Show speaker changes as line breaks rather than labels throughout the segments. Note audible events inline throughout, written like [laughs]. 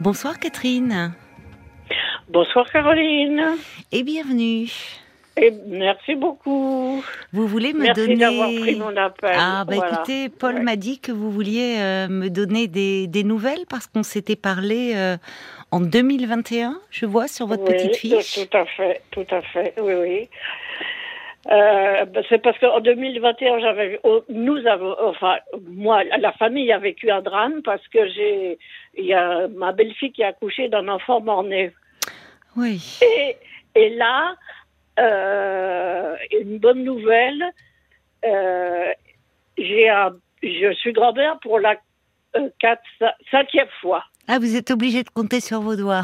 Bonsoir Catherine
Bonsoir Caroline.
et bienvenue.
Et merci beaucoup.
Vous voulez me
merci
donner...
d'avoir pris mon appel.
Ah bah
Voilà.
écoutez, Paul
Ouais.
m'a dit que vous vouliez euh, me donner des, des nouvelles parce qu'on s'était parlé euh, en 2021, je vois, sur votre
Oui,
petite
tout-
fiche.
Tout à fait, tout à fait, oui, oui. Euh, bah, c'est parce qu'en 2021, j'avais, oh, nous avons, enfin, moi, la- la famille a vécu un drame parce que j'ai, il y a ma belle-fille qui a accouché d'un enfant mort-né.
Oui.
Et, et là, euh, une bonne nouvelle, euh, j'ai un- je suis grand-mère pour la euh, quatre, cin- cinquième fois.
Ah, vous êtes obligé de compter sur vos doigts.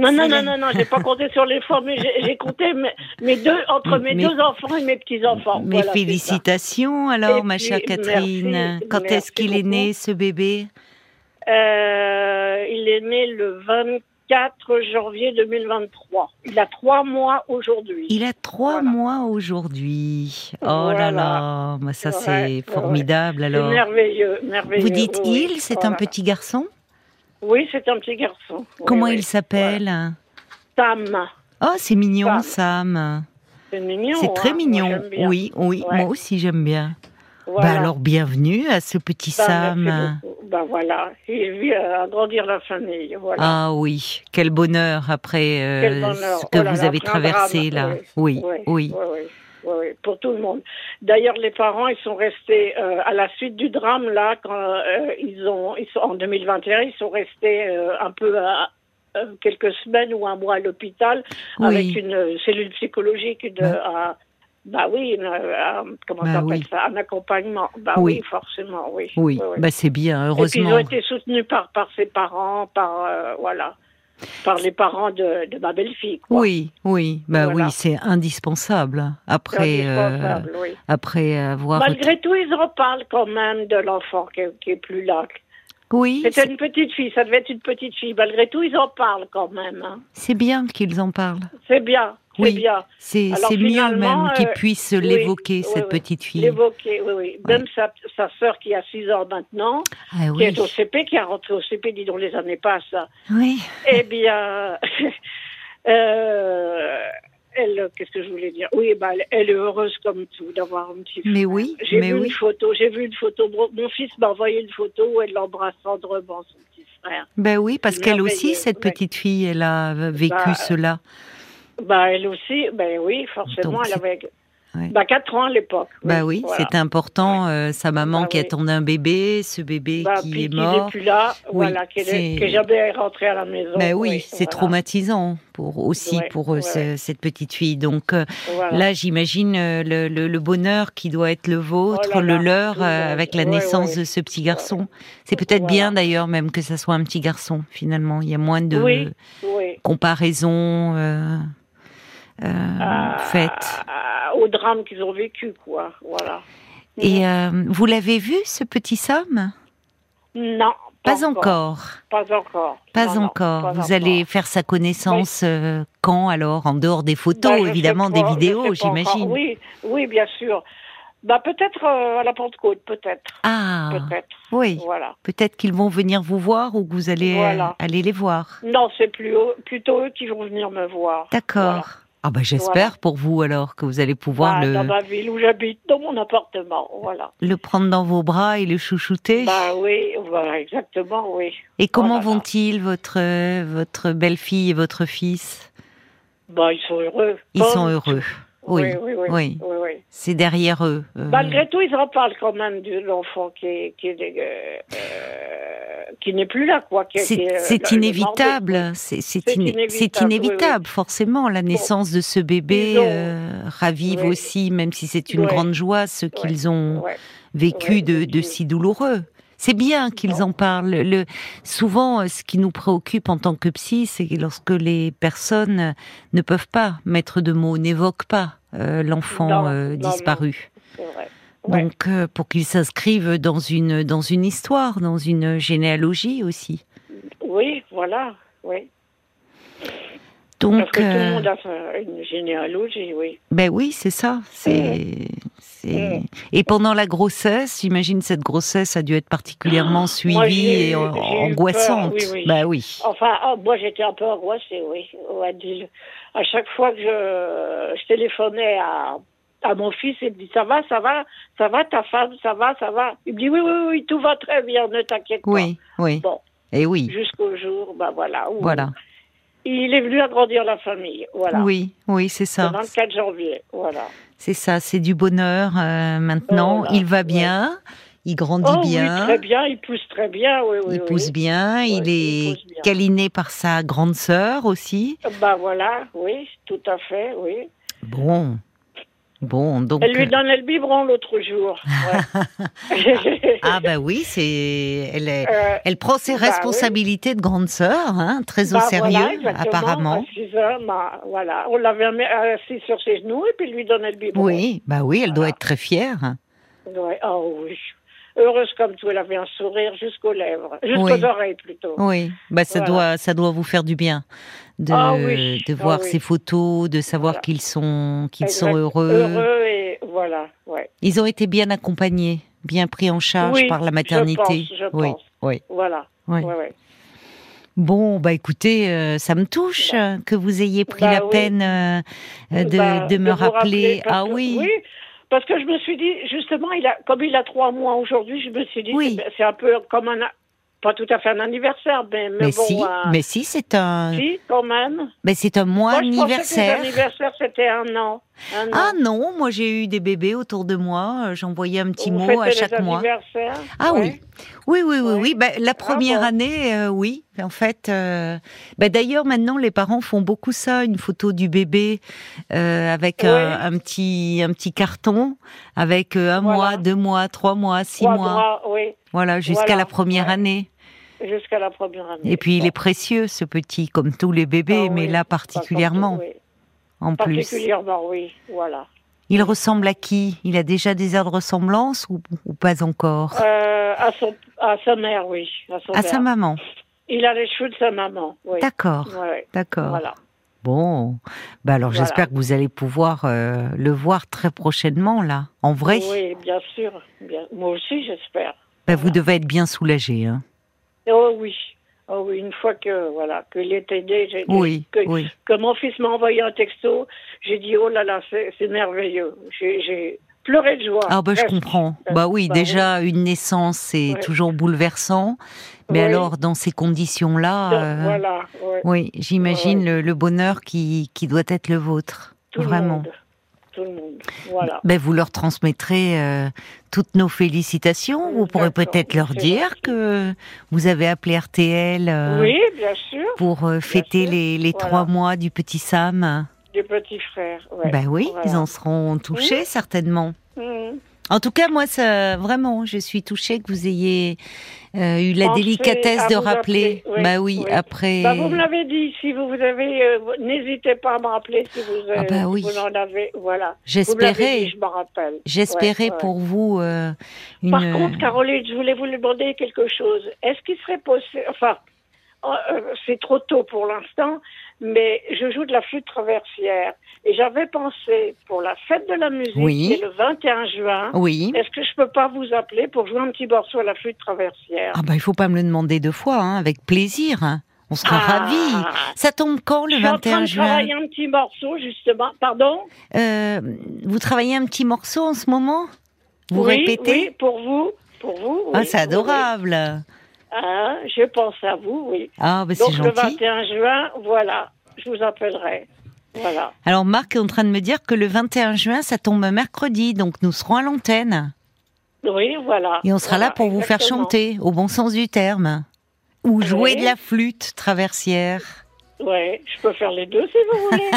Non, non,
C'est
non,
la-
non, non, j'ai pas compté sur les fois, mais j'ai j'ai compté mes, mes deux, entre mes
Mais-
deux enfants et mes petits-enfants.
Mes
Ah, Voilà, c'est
félicitations alors,
Et
ma
puis,
chère Catherine.
merci,
Quand
merci
est-ce qu'il est né, ce bébé
ça. Euh, il est né le 24 janvier 2023. Il a trois mois aujourd'hui.
Il a trois
Voilà.
mois aujourd'hui. Oh là
Voilà.
là, bah, ça
Ouais,
c'est
ouais,
formidable
C'est
alors.
merveilleux, merveilleux.
Vous dites
oui, oui,
il, c'est un
voilà.
petit garçon
Oui, c'est un petit garçon. Oui,
Comment
oui.
il s'appelle
Sam.
Oh, c'est mignon,
Sam.
Sam.
C'est mignon.
C'est très
hein. Moi,
mignon.
j'aime bien.
oui, oui,
Ouais.
moi aussi j'aime bien.
Voilà.
Bah alors, bienvenue à ce petit
Ben,
Sam. euh,
merci beaucoup. Ben, voilà, il vit à agrandir la famille. Voilà.
Ah oui, quel bonheur après euh,
Quel bonheur.
ce
Oh
que
là
vous
là,
avez
c'est un
traversé
drame.
là. Oui,
Ouais,
oui.
ouais, ouais, ouais, ouais, pour tout le monde. D'ailleurs, les parents, ils sont restés euh, à la suite du drame là, quand euh, ils ont, ils sont en 2021, ils sont restés euh, un peu à euh, quelques semaines ou un mois à l'hôpital
Oui.
avec une euh, cellule psychologique, une,
Bah.
un- bah oui, une, euh, un- comment
Bah
t'appelles
oui.
ça, un accompagnement. Bah
Oui.
oui, forcément, oui.
Oui,
Ouais, ouais.
bah c'est bien,
Et puis ils ont
heureusement.
été soutenus par, par ses parents, par, euh, voilà, par les parents de, de ma belle-fille. quoi.
Oui, oui, bah
Voilà.
oui, c'est indispensable.
C'est
Après, euh,
indispensable, oui.
après avoir.
Malgré tout, ils en parlent quand même de l'enfant qui, est- qui est plus là.
Oui,
C'était
c'est-
une petite fille, ça devait être une petite fille. Malgré tout, ils en parlent quand même. hein.
c'est bien qu'ils en parlent.
C'est bien, c'est
Oui.
bien.
C'est
Alors,
c'est mieux
finalement,
même qu'ils
euh,
puissent
oui,
l'évoquer,
oui,
cette
oui.
petite fille.
L'évoquer, oui, oui. Même sa, sa sœur qui a 6 ans maintenant,
Ah
qui
oui,
est au CP, qui a rentré au CP, dis donc, les années passent. hein.
oui.
Eh bien, [laughs] euh, elle, qu'est-ce que je voulais dire Oui, bah, elle, elle est heureuse comme tout d'avoir un petit. frère.
Mais oui,
J'ai
mais
vu
oui.
une photo. J'ai vu une photo. Mon, mon fils m'a envoyé une photo où elle l'embrasse tendrement, son petit frère.
Ben oui, parce
C'est
qu'elle aussi,
merveilleux,
cette
ouais.
petite fille, elle a vécu
Bah,
cela.
Bah, elle aussi. Ben oui, forcément,
Donc,
elle
c'est-
avait.
ouais.
Bah, 4 ans à l'époque.
Bah oui,
voilà.
c'était important. euh, sa maman
Bah
qui
oui.
attendait un bébé, ce bébé
Bah,
qui
puis
est
qu'il
mort.
n'est plus là, voilà, qui
c'est-
n'est qui est jamais rentré à la maison.
Ben oui, c'est
voilà,
traumatisant pour aussi
Ouais,
pour euh,
ouais,
ce-
ouais.
cette petite fille. Donc euh,
voilà. Oh
là, j'imagine euh, le, le- le bonheur qui doit être le vôtre,
là là,
le leur,
tout le
euh,
monde.
avec la
Ouais,
naissance
ouais.
de ce petit garçon. C'est peut-être
Voilà.
bien d'ailleurs même que ça soit un petit garçon. Finalement, il y a moins de
Oui. Oui.
comparaisons euh, euh,
Ah,
faites.
ah, Au drame qu'ils ont vécu, quoi. Voilà.
Et euh, vous l'avez vu ce petit Sam
Non.
Pas encore.
Pas encore.
Pas
Non, non,
encore.
pas
Vous
encore.
allez faire sa connaissance euh, quand alors En dehors des photos,
Ben, je sais
évidemment,
pas,
des
je
vidéos,
sais pas encore.
j'imagine.
Oui, oui, bien sûr. Bah peut-être euh, à la Pentecôte, peut-être,
Ah,
peut-être.
oui.
Voilà.
Peut-être qu'ils vont venir vous voir ou que vous allez euh,
Voilà.
aller les voir.
Non, c'est plus eux- plutôt eux qui vont venir me voir.
D'accord.
Voilà.
Ah bah j'espère
Voilà.
pour vous alors que vous allez pouvoir
Bah,
le,
Dans ma ville où j'habite, dans mon appartement, voilà.
le prendre dans vos bras et le chouchouter.
Bah oui, voilà, exactement, oui.
et comment
oh là là.
vont-ils votre euh, votre belle-fille et votre fils
Bah ils sont heureux.
Ils
Bon,
sont heureux. Oui.
Oui, oui, oui.
oui.
oui, oui.
C'est derrière eux. euh,
Malgré tout, ils en parlent quand même de l'enfant qui est, qui est, euh, euh, qui n'est plus là, quoi. qui est- qui
C'est
est, euh,
c'est
le- le mort
inévitable, c'est c'est
C'est
iné-
inévitable,
c'est
oui, oui.
inévitable, forcément. La naissance de ce bébé
Ils ont-
euh, ravive
Oui.
aussi, même si c'est une
Ouais.
grande joie, ce
Ouais.
qu'ils
de-
ont
Ouais.
vécu
Ouais,
de, de
vécu.
si douloureux. C'est bien qu'ils
Non.
en parlent. Le, souvent, euh, ce qui nous préoccupe en tant que psy, c'est lorsque les personnes ne peuvent pas mettre de mots, n'évoquent pas euh, l'enfant
Non,
euh,
non, non.
disparu.
C'est vrai. Ouais.
Donc, euh, pour qu'ils s'inscrivent dans une, dans une histoire, dans une généalogie aussi.
Oui, voilà, oui.
Donc,
Parce que tout
euh,
le monde a fait une généalogie, oui. Mm.
Ben oui, c'est ça. C'est C'est- Et pendant la grossesse, j'imagine cette grossesse a dû être particulièrement suivie
j'ai eu-
et an-
j'ai eu
angoissante.
peur, oui, oui.
Bah oui.
Enfin, ah, moi j'étais un peu angoissée, oui, on va dire. À chaque fois que je, je téléphonais à, à mon fils, il me dit ça va, ça va, ça va ta femme, ça va, ça va. Il me dit oui, oui, oui, tout va très bien, ne t'inquiète
Oui, oui.
Bon.
Et
pas.
oui,
Jusqu'au jour, ben voilà. où
voilà.
Il est venu agrandir la famille, voilà.
Oui, oui, c'est
Le
ça.
24 janvier, voilà.
C'est ça, c'est du bonheur euh, maintenant.
Voilà,
Il va bien, il grandit
oh oui,
bien,
très bien, il pousse très bien, oui, oui.
il
oui.
pousse bien,
Oui,
il
il
est
pousse bien.
câliné par sa grande sœur aussi.
Ben voilà, oui, tout à fait, oui.
Bon, bon, donc.
Elle lui
euh,
donnait le biberon l'autre jour. ouais.
[laughs] Ah bah oui, c'est elle est-
[laughs] Euh,
elle prend ses
bah oui.
responsabilités de grande sœur, hein, très au
Bah, voilà,
sérieux
exactement,
apparemment.
À 6 heures, bah, voilà. On l'avait mis- assis sur ses genoux et puis lui donnait le biberon.
Oui, bah oui, elle doit
Voilà.
être très fière.
Ouais, oh oui. Heureuse comme tout, elle avait un sourire jusqu'aux lèvres, jusqu'aux
Oui.
oreilles plutôt.
Oui, bah ça
Voilà.
doit ça doit vous faire du bien de
Ah oui,
de
ah
voir
oui.
ces photos, de savoir
Voilà.
qu'ils sont qu'ils
Exact.
sont
Heureux et voilà, ouais.
Ils ont été bien accompagnés, bien pris en charge
Oui,
par Ah, la maternité.
je pense, je
oui,
pense.
oui,
Voilà.
oui.
Ouais, ouais.
Bon, bah écoutez, euh, ça me touche euh, que vous ayez pris
Bah
la
oui.
peine euh, euh, de,
Bah,
de me
vous
rappeler.
parce
Ah
que-
oui.
Oui, parce que je me suis dit, justement, il a, comme il a trois mois aujourd'hui, je me suis dit,
Oui.
c'est- c'est un peu comme un. Pas tout à fait un anniversaire, mais, mais,
mais
bon. euh,
si,
un-
mais si, c'est un,
si, quand même.
mais Ben, c'est un mois
Moi,
anniversaire.
Je pensais que les anniversaires, c'était un an. Un
Ah
an.
non, moi j'ai eu des bébés autour de moi, euh, j'envoyais un petit
Vous
mot
fêtez
à
les
chaque mois.
anniversaires
Ah oui, oui,
Ouais.
oui, oui,
Ouais.
oui. Ben, la première
bon.
année, euh, oui. En fait, euh, ben, d'ailleurs maintenant les parents font beaucoup ça, une photo du bébé euh, avec un,
Ouais.
un petit un petit carton avec euh, un
Voilà.
mois, deux mois, trois mois, six
Trois
mois,
mois, oui,
voilà jusqu'à
Voilà.
la première
Ouais.
année.
jusqu'à la première année.
Et puis il
Bon.
est précieux ce petit, comme tous les bébés,
Ah
mais
oui,
là
par contre,
particulièrement
oui.
en plus.
Particulièrement, oui, voilà.
Il ressemble à qui Il a déjà des airs de ressemblance ou, ou pas encore
Euh, à, son, à sa mère, oui. À, son
À sa
père.
maman.
Il a les cheveux de sa maman, oui.
D'accord,
Ouais,
d'accord.
voilà.
Bon, bah alors
Voilà.
j'espère que vous allez pouvoir euh, le voir très prochainement là, en vrai.
Oui, bien sûr. bien- Moi aussi, j'espère.
Bah, vous devez être bien soulagé. Hein.
Oh oui. Oh oui, une fois que voilà qu'il est aidé, j'ai-
Oui,
que,
oui.
que mon fils m'a envoyé un texto, j'ai dit oh là là, c'est c'est merveilleux. J'ai- J'ai pleuré de joie.
Ah bah je
Presque.
comprends.
Euh,
Bah oui,
bah
déjà une naissance c'est
Ouais.
toujours bouleversant, mais
Oui.
alors euh, dans ces conditions là,
Donc, voilà, ouais,
oui, j'imagine le, le bonheur qui, qui doit être le vôtre.
tout le
Vraiment.
monde, tout le monde. Voilà.
Ben, vous leur transmettrez euh, toutes nos félicitations. Vous pourrez
D'accord,
peut-être leur
c'est
dire
gentil.
que vous avez appelé RTL euh,
oui, bien sûr,
pour euh, fêter
sûr,
les, les
voilà.
trois mois du petit Sam.
des petits frères. Ouais,
ben oui,
voilà.
ils en seront touchés certainement.
Mhm.
En tout cas, moi, ça, vraiment, je suis touchée que vous ayez euh, eu la
Pensez
délicatesse
à
de
vous
rappeler.
appeler, oui,
bah oui,
oui.
après.
Bah, vous me l'avez dit, si vous, vous avez, euh, vous- n'hésitez pas à me rappeler si vous, euh,
Ah bah oui.
vous en avez, voilà. Vous me l'avez dit,
J'espérais,
je me rappelle.
j'espérais
Ouais, ouais.
pour vous euh, une. euh,
Par contre, Caroline, je voulais vous demander quelque chose. Est-ce qu'il serait possible, enfin, euh, euh, c'est trop tôt pour l'instant, mais je joue de la flûte traversière et j'avais pensé pour la fête de la musique,
Oui.
qui est le 21 juin,
oui.
est-ce que je peux pas vous appeler pour jouer un petit morceau à la flûte traversière
Ah bah il faut pas me le demander deux fois, hein, avec plaisir. hein. On sera
Ah.
ravis. Ça tombe quand
Je
le
suis en train
21
de
juin
travailler un petit morceau justement. Pardon
Euh, Vous travaillez un petit morceau en ce moment Vous
oui,
répétez
Oui, pour vous, pour vous.
Ah
oui,
c'est
oui,
adorable.
oui. Ah, je pense à vous, oui.
Ah bah c'est
Donc le
gentil.
21 juin, voilà, je vous appellerai. Voilà.
Alors Marc est en train de me dire que le 21 juin ça tombe mercredi, donc nous serons à l'antenne
Oui, voilà.
et on sera
Voilà,
là pour vous faire
exactement.
chanter au bon sens du terme ou jouer
Oui.
de la flûte
[laughs]
traversière.
Oui, je peux faire les deux si vous
[laughs]
voulez.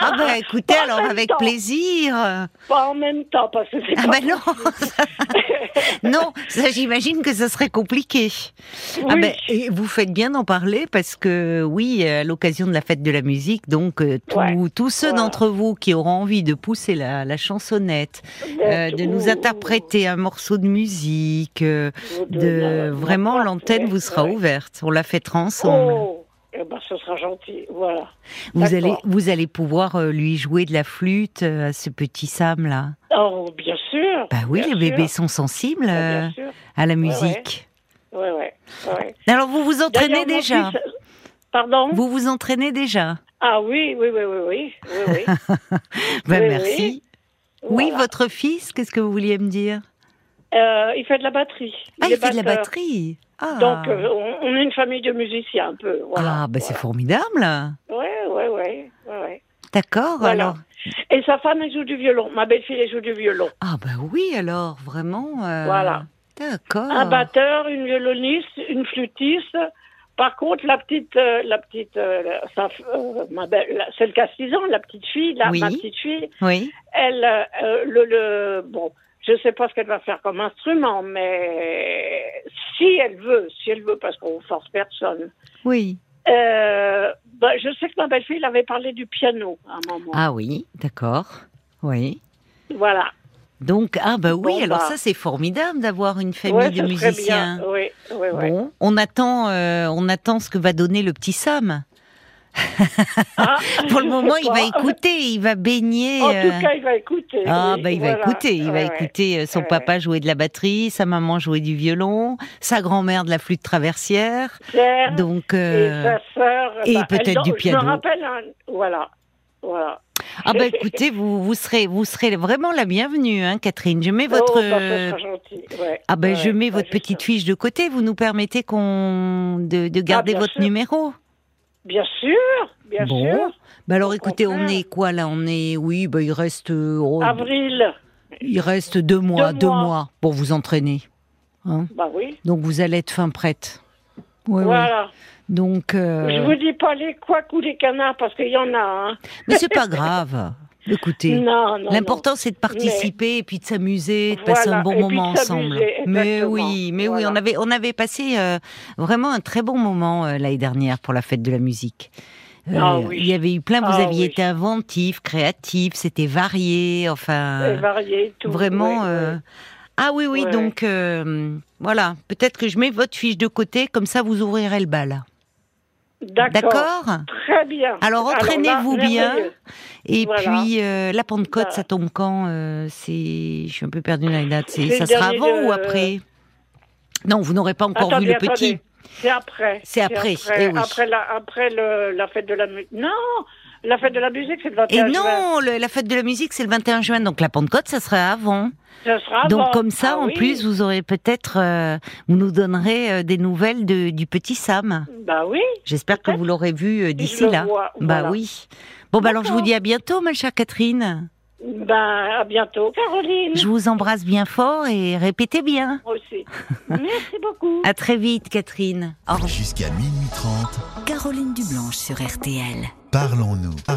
Ah bah écoutez
Pas en
alors
même
avec
temps.
plaisir.
pas en même temps, parce que c'est
Ah
pas
bah non [laughs] Non, ça j'imagine que ça serait compliqué. Ah
Oui,
ben, et vous faites bien d'en parler parce que oui, à l'occasion de la fête de la musique, donc euh, tous-
Ouais,
tous ceux
voilà.
d'entre vous qui auront envie de pousser la, la chansonnette, euh, de nous
ou-
interpréter un morceau de musique, euh,
ou
de
la-
vraiment
la-
l'antenne
ouais,
vous sera
ouais.
ouverte. On la fêtera ensemble.
Oh, eh ben, ça ce sera gentil. Voilà.
Vous allez,
D'accord.
vous allez pouvoir euh, lui jouer de la flûte euh, à ce petit Sam là.
Oh, bien sûr.
Bah oui,
bien
les
sûr.
bébés sont sensibles
Ah,
euh,
Bien sûr.
à la
ouais.
musique.
Ouais, ouais, ouais.
Alors vous vous entraînez
D'ailleurs, mon
déjà.
fils- hein Pardon
Vous vous entraînez déjà.
Ah oui, oui, oui, oui, oui. oui, oui.
Ben,
Oui,
merci. [laughs] Oui,
Voilà.
votre fils, qu'est-ce que vous vouliez me dire
Euh, il fait de la batterie.
Ah, il,
est
fait de la
batteur.
batterie. Ah,
Donc, euh, on, on est une famille de musiciens un peu. Voilà.
ah ben c'est formidable.
Ouais, ouais, ouais, ouais, ouais.
D'accord,
Voilà.
alors.
Et sa femme, elle joue du violon. Ma belle-fille, elle joue du violon.
Ah ben oui, alors, vraiment. euh,
Voilà.
D'accord.
Un batteur, une violoniste, une flûtiste. Par contre, la petite, euh, la petite, euh, la- sa f- euh, ma belle, la- celle qui a 6 ans, la petite fille, la,
Oui.
ma petite fille,
Oui.
elle, euh, euh, le, le, bon, je sais pas ce qu'elle va faire comme instrument, mais si elle veut, si elle veut, parce qu'on force personne.
Oui.
Euh, bah, je sais que ma belle-fille elle avait parlé du piano à un moment.
Ah oui, d'accord. Oui.
Voilà.
Donc, ah bah oui,
Bon,
alors
bah.
ça c'est formidable d'avoir une famille
Ouais,
de
ça serait
musiciens.
bien. Oui, oui, oui.
Bon, on attend, euh, on attend ce que va donner le petit Sam.
Ah,
[laughs] Pour le
je
moment,
sais
il va
pas.
écouter, il va baigner.
En
euh,
tout cas, il va écouter.
Ah
oui,
bah il va
voilà.
écouter, il va
Ouais, ouais.
écouter euh, son
Ouais,
papa jouer de la batterie, sa maman jouer du violon, sa grand-mère de la flûte traversière.
Pierre
Donc
et
euh,
sa sœur. bah,
et
elle
peut-être
danse-
du piano.
Je me rappelle, hein, voilà. Voilà.
ah bah écoutez, vous vous serez vous serez vraiment la bienvenue hein, Catherine. Je mets votre
Oh, bah, ça
euh,
sera gentil. Ouais,
ah ben
ouais,
je mets
ouais,
votre
je sais.
petite fiche de côté, vous nous permettez qu'on de, de garder
Ah, bien
votre
sûr.
numéro.
Bien sûr, bien
Bon.
sûr.
Bah alors
Au
écoutez, on
contraire.
est quoi là On est oui, bah il reste euh, oh,
Avril.
il reste deux mois, deux,
Deux
mois.
mois.
pour vous entraîner. hein.
Bah oui.
Donc vous allez être fin prête. Ouais, ouais.
voilà.
Donc euh,
Je vous dis pas les couacs ou les canards parce qu'il y en a. Hein.
mais c'est pas grave. Écoutez,
Non, non. non.
l'important c'est de participer et puis de s'amuser, de
Voilà,
passer un bon
et puis de
moment ensemble.
s'amuser,
Mais
exactement.
oui, mais oui,
Voilà.
on avait on avait passé euh, vraiment un très bon moment euh, l'année dernière pour la fête de la musique. Euh,
Ah oui.
Il y avait eu plein, vous
Ah
aviez
oui.
été inventif, créatif, c'était varié, enfin.
C'est varié et Eh ben, tout.
Euh, Vraiment.
oui,
euh, Ah oui, oui,
Ouais,
donc euh, voilà. Peut-être que je mets votre fiche de côté, comme ça vous ouvrirez le bal.
oui. D'accord.
D'accord
Très bien.
Alors,
là,
entraînez-vous bien.
merveilleux.
Et
Voilà.
puis, euh, la Pentecôte,
Bah.
ça tombe quand euh, C'est, Je suis un peu perdue dans les dates. C'est- Ça
C'est le
sera
dernier
avant
de-
ou après Non, vous n'aurez pas encore
Attendez,
vu le petit.
attendez. C'est après.
C'est après, eh oui.
Après, la, après le- la fête de la musique. Non, la fête de la musique, c'est le 21
Et
juin.
non, le- la fête de la musique, c'est le 21 juin, donc la Pentecôte, ça sera avant.
Ça sera
donc
avant.
comme ça,
Ah
en
oui.
plus, vous aurez peut-être, euh, vous nous donnerez euh, des nouvelles de- du petit Sam.
Bah oui.
J'espère que
Peut-être.
vous l'aurez vu euh,
si
d'ici
je le
là.
vois,
Bah
voilà.
oui. Bon, bah alors je vous
D'accord.
dis à bientôt, ma chère Catherine.
Bah, à bientôt. Caroline.
Je vous embrasse bien fort et répétez bien.
Moi aussi. Merci beaucoup.
À très vite, Catherine. Au revoir.
Jusqu'à minuit 30,
Caroline Dublanche sur RTL.
parlons-nous.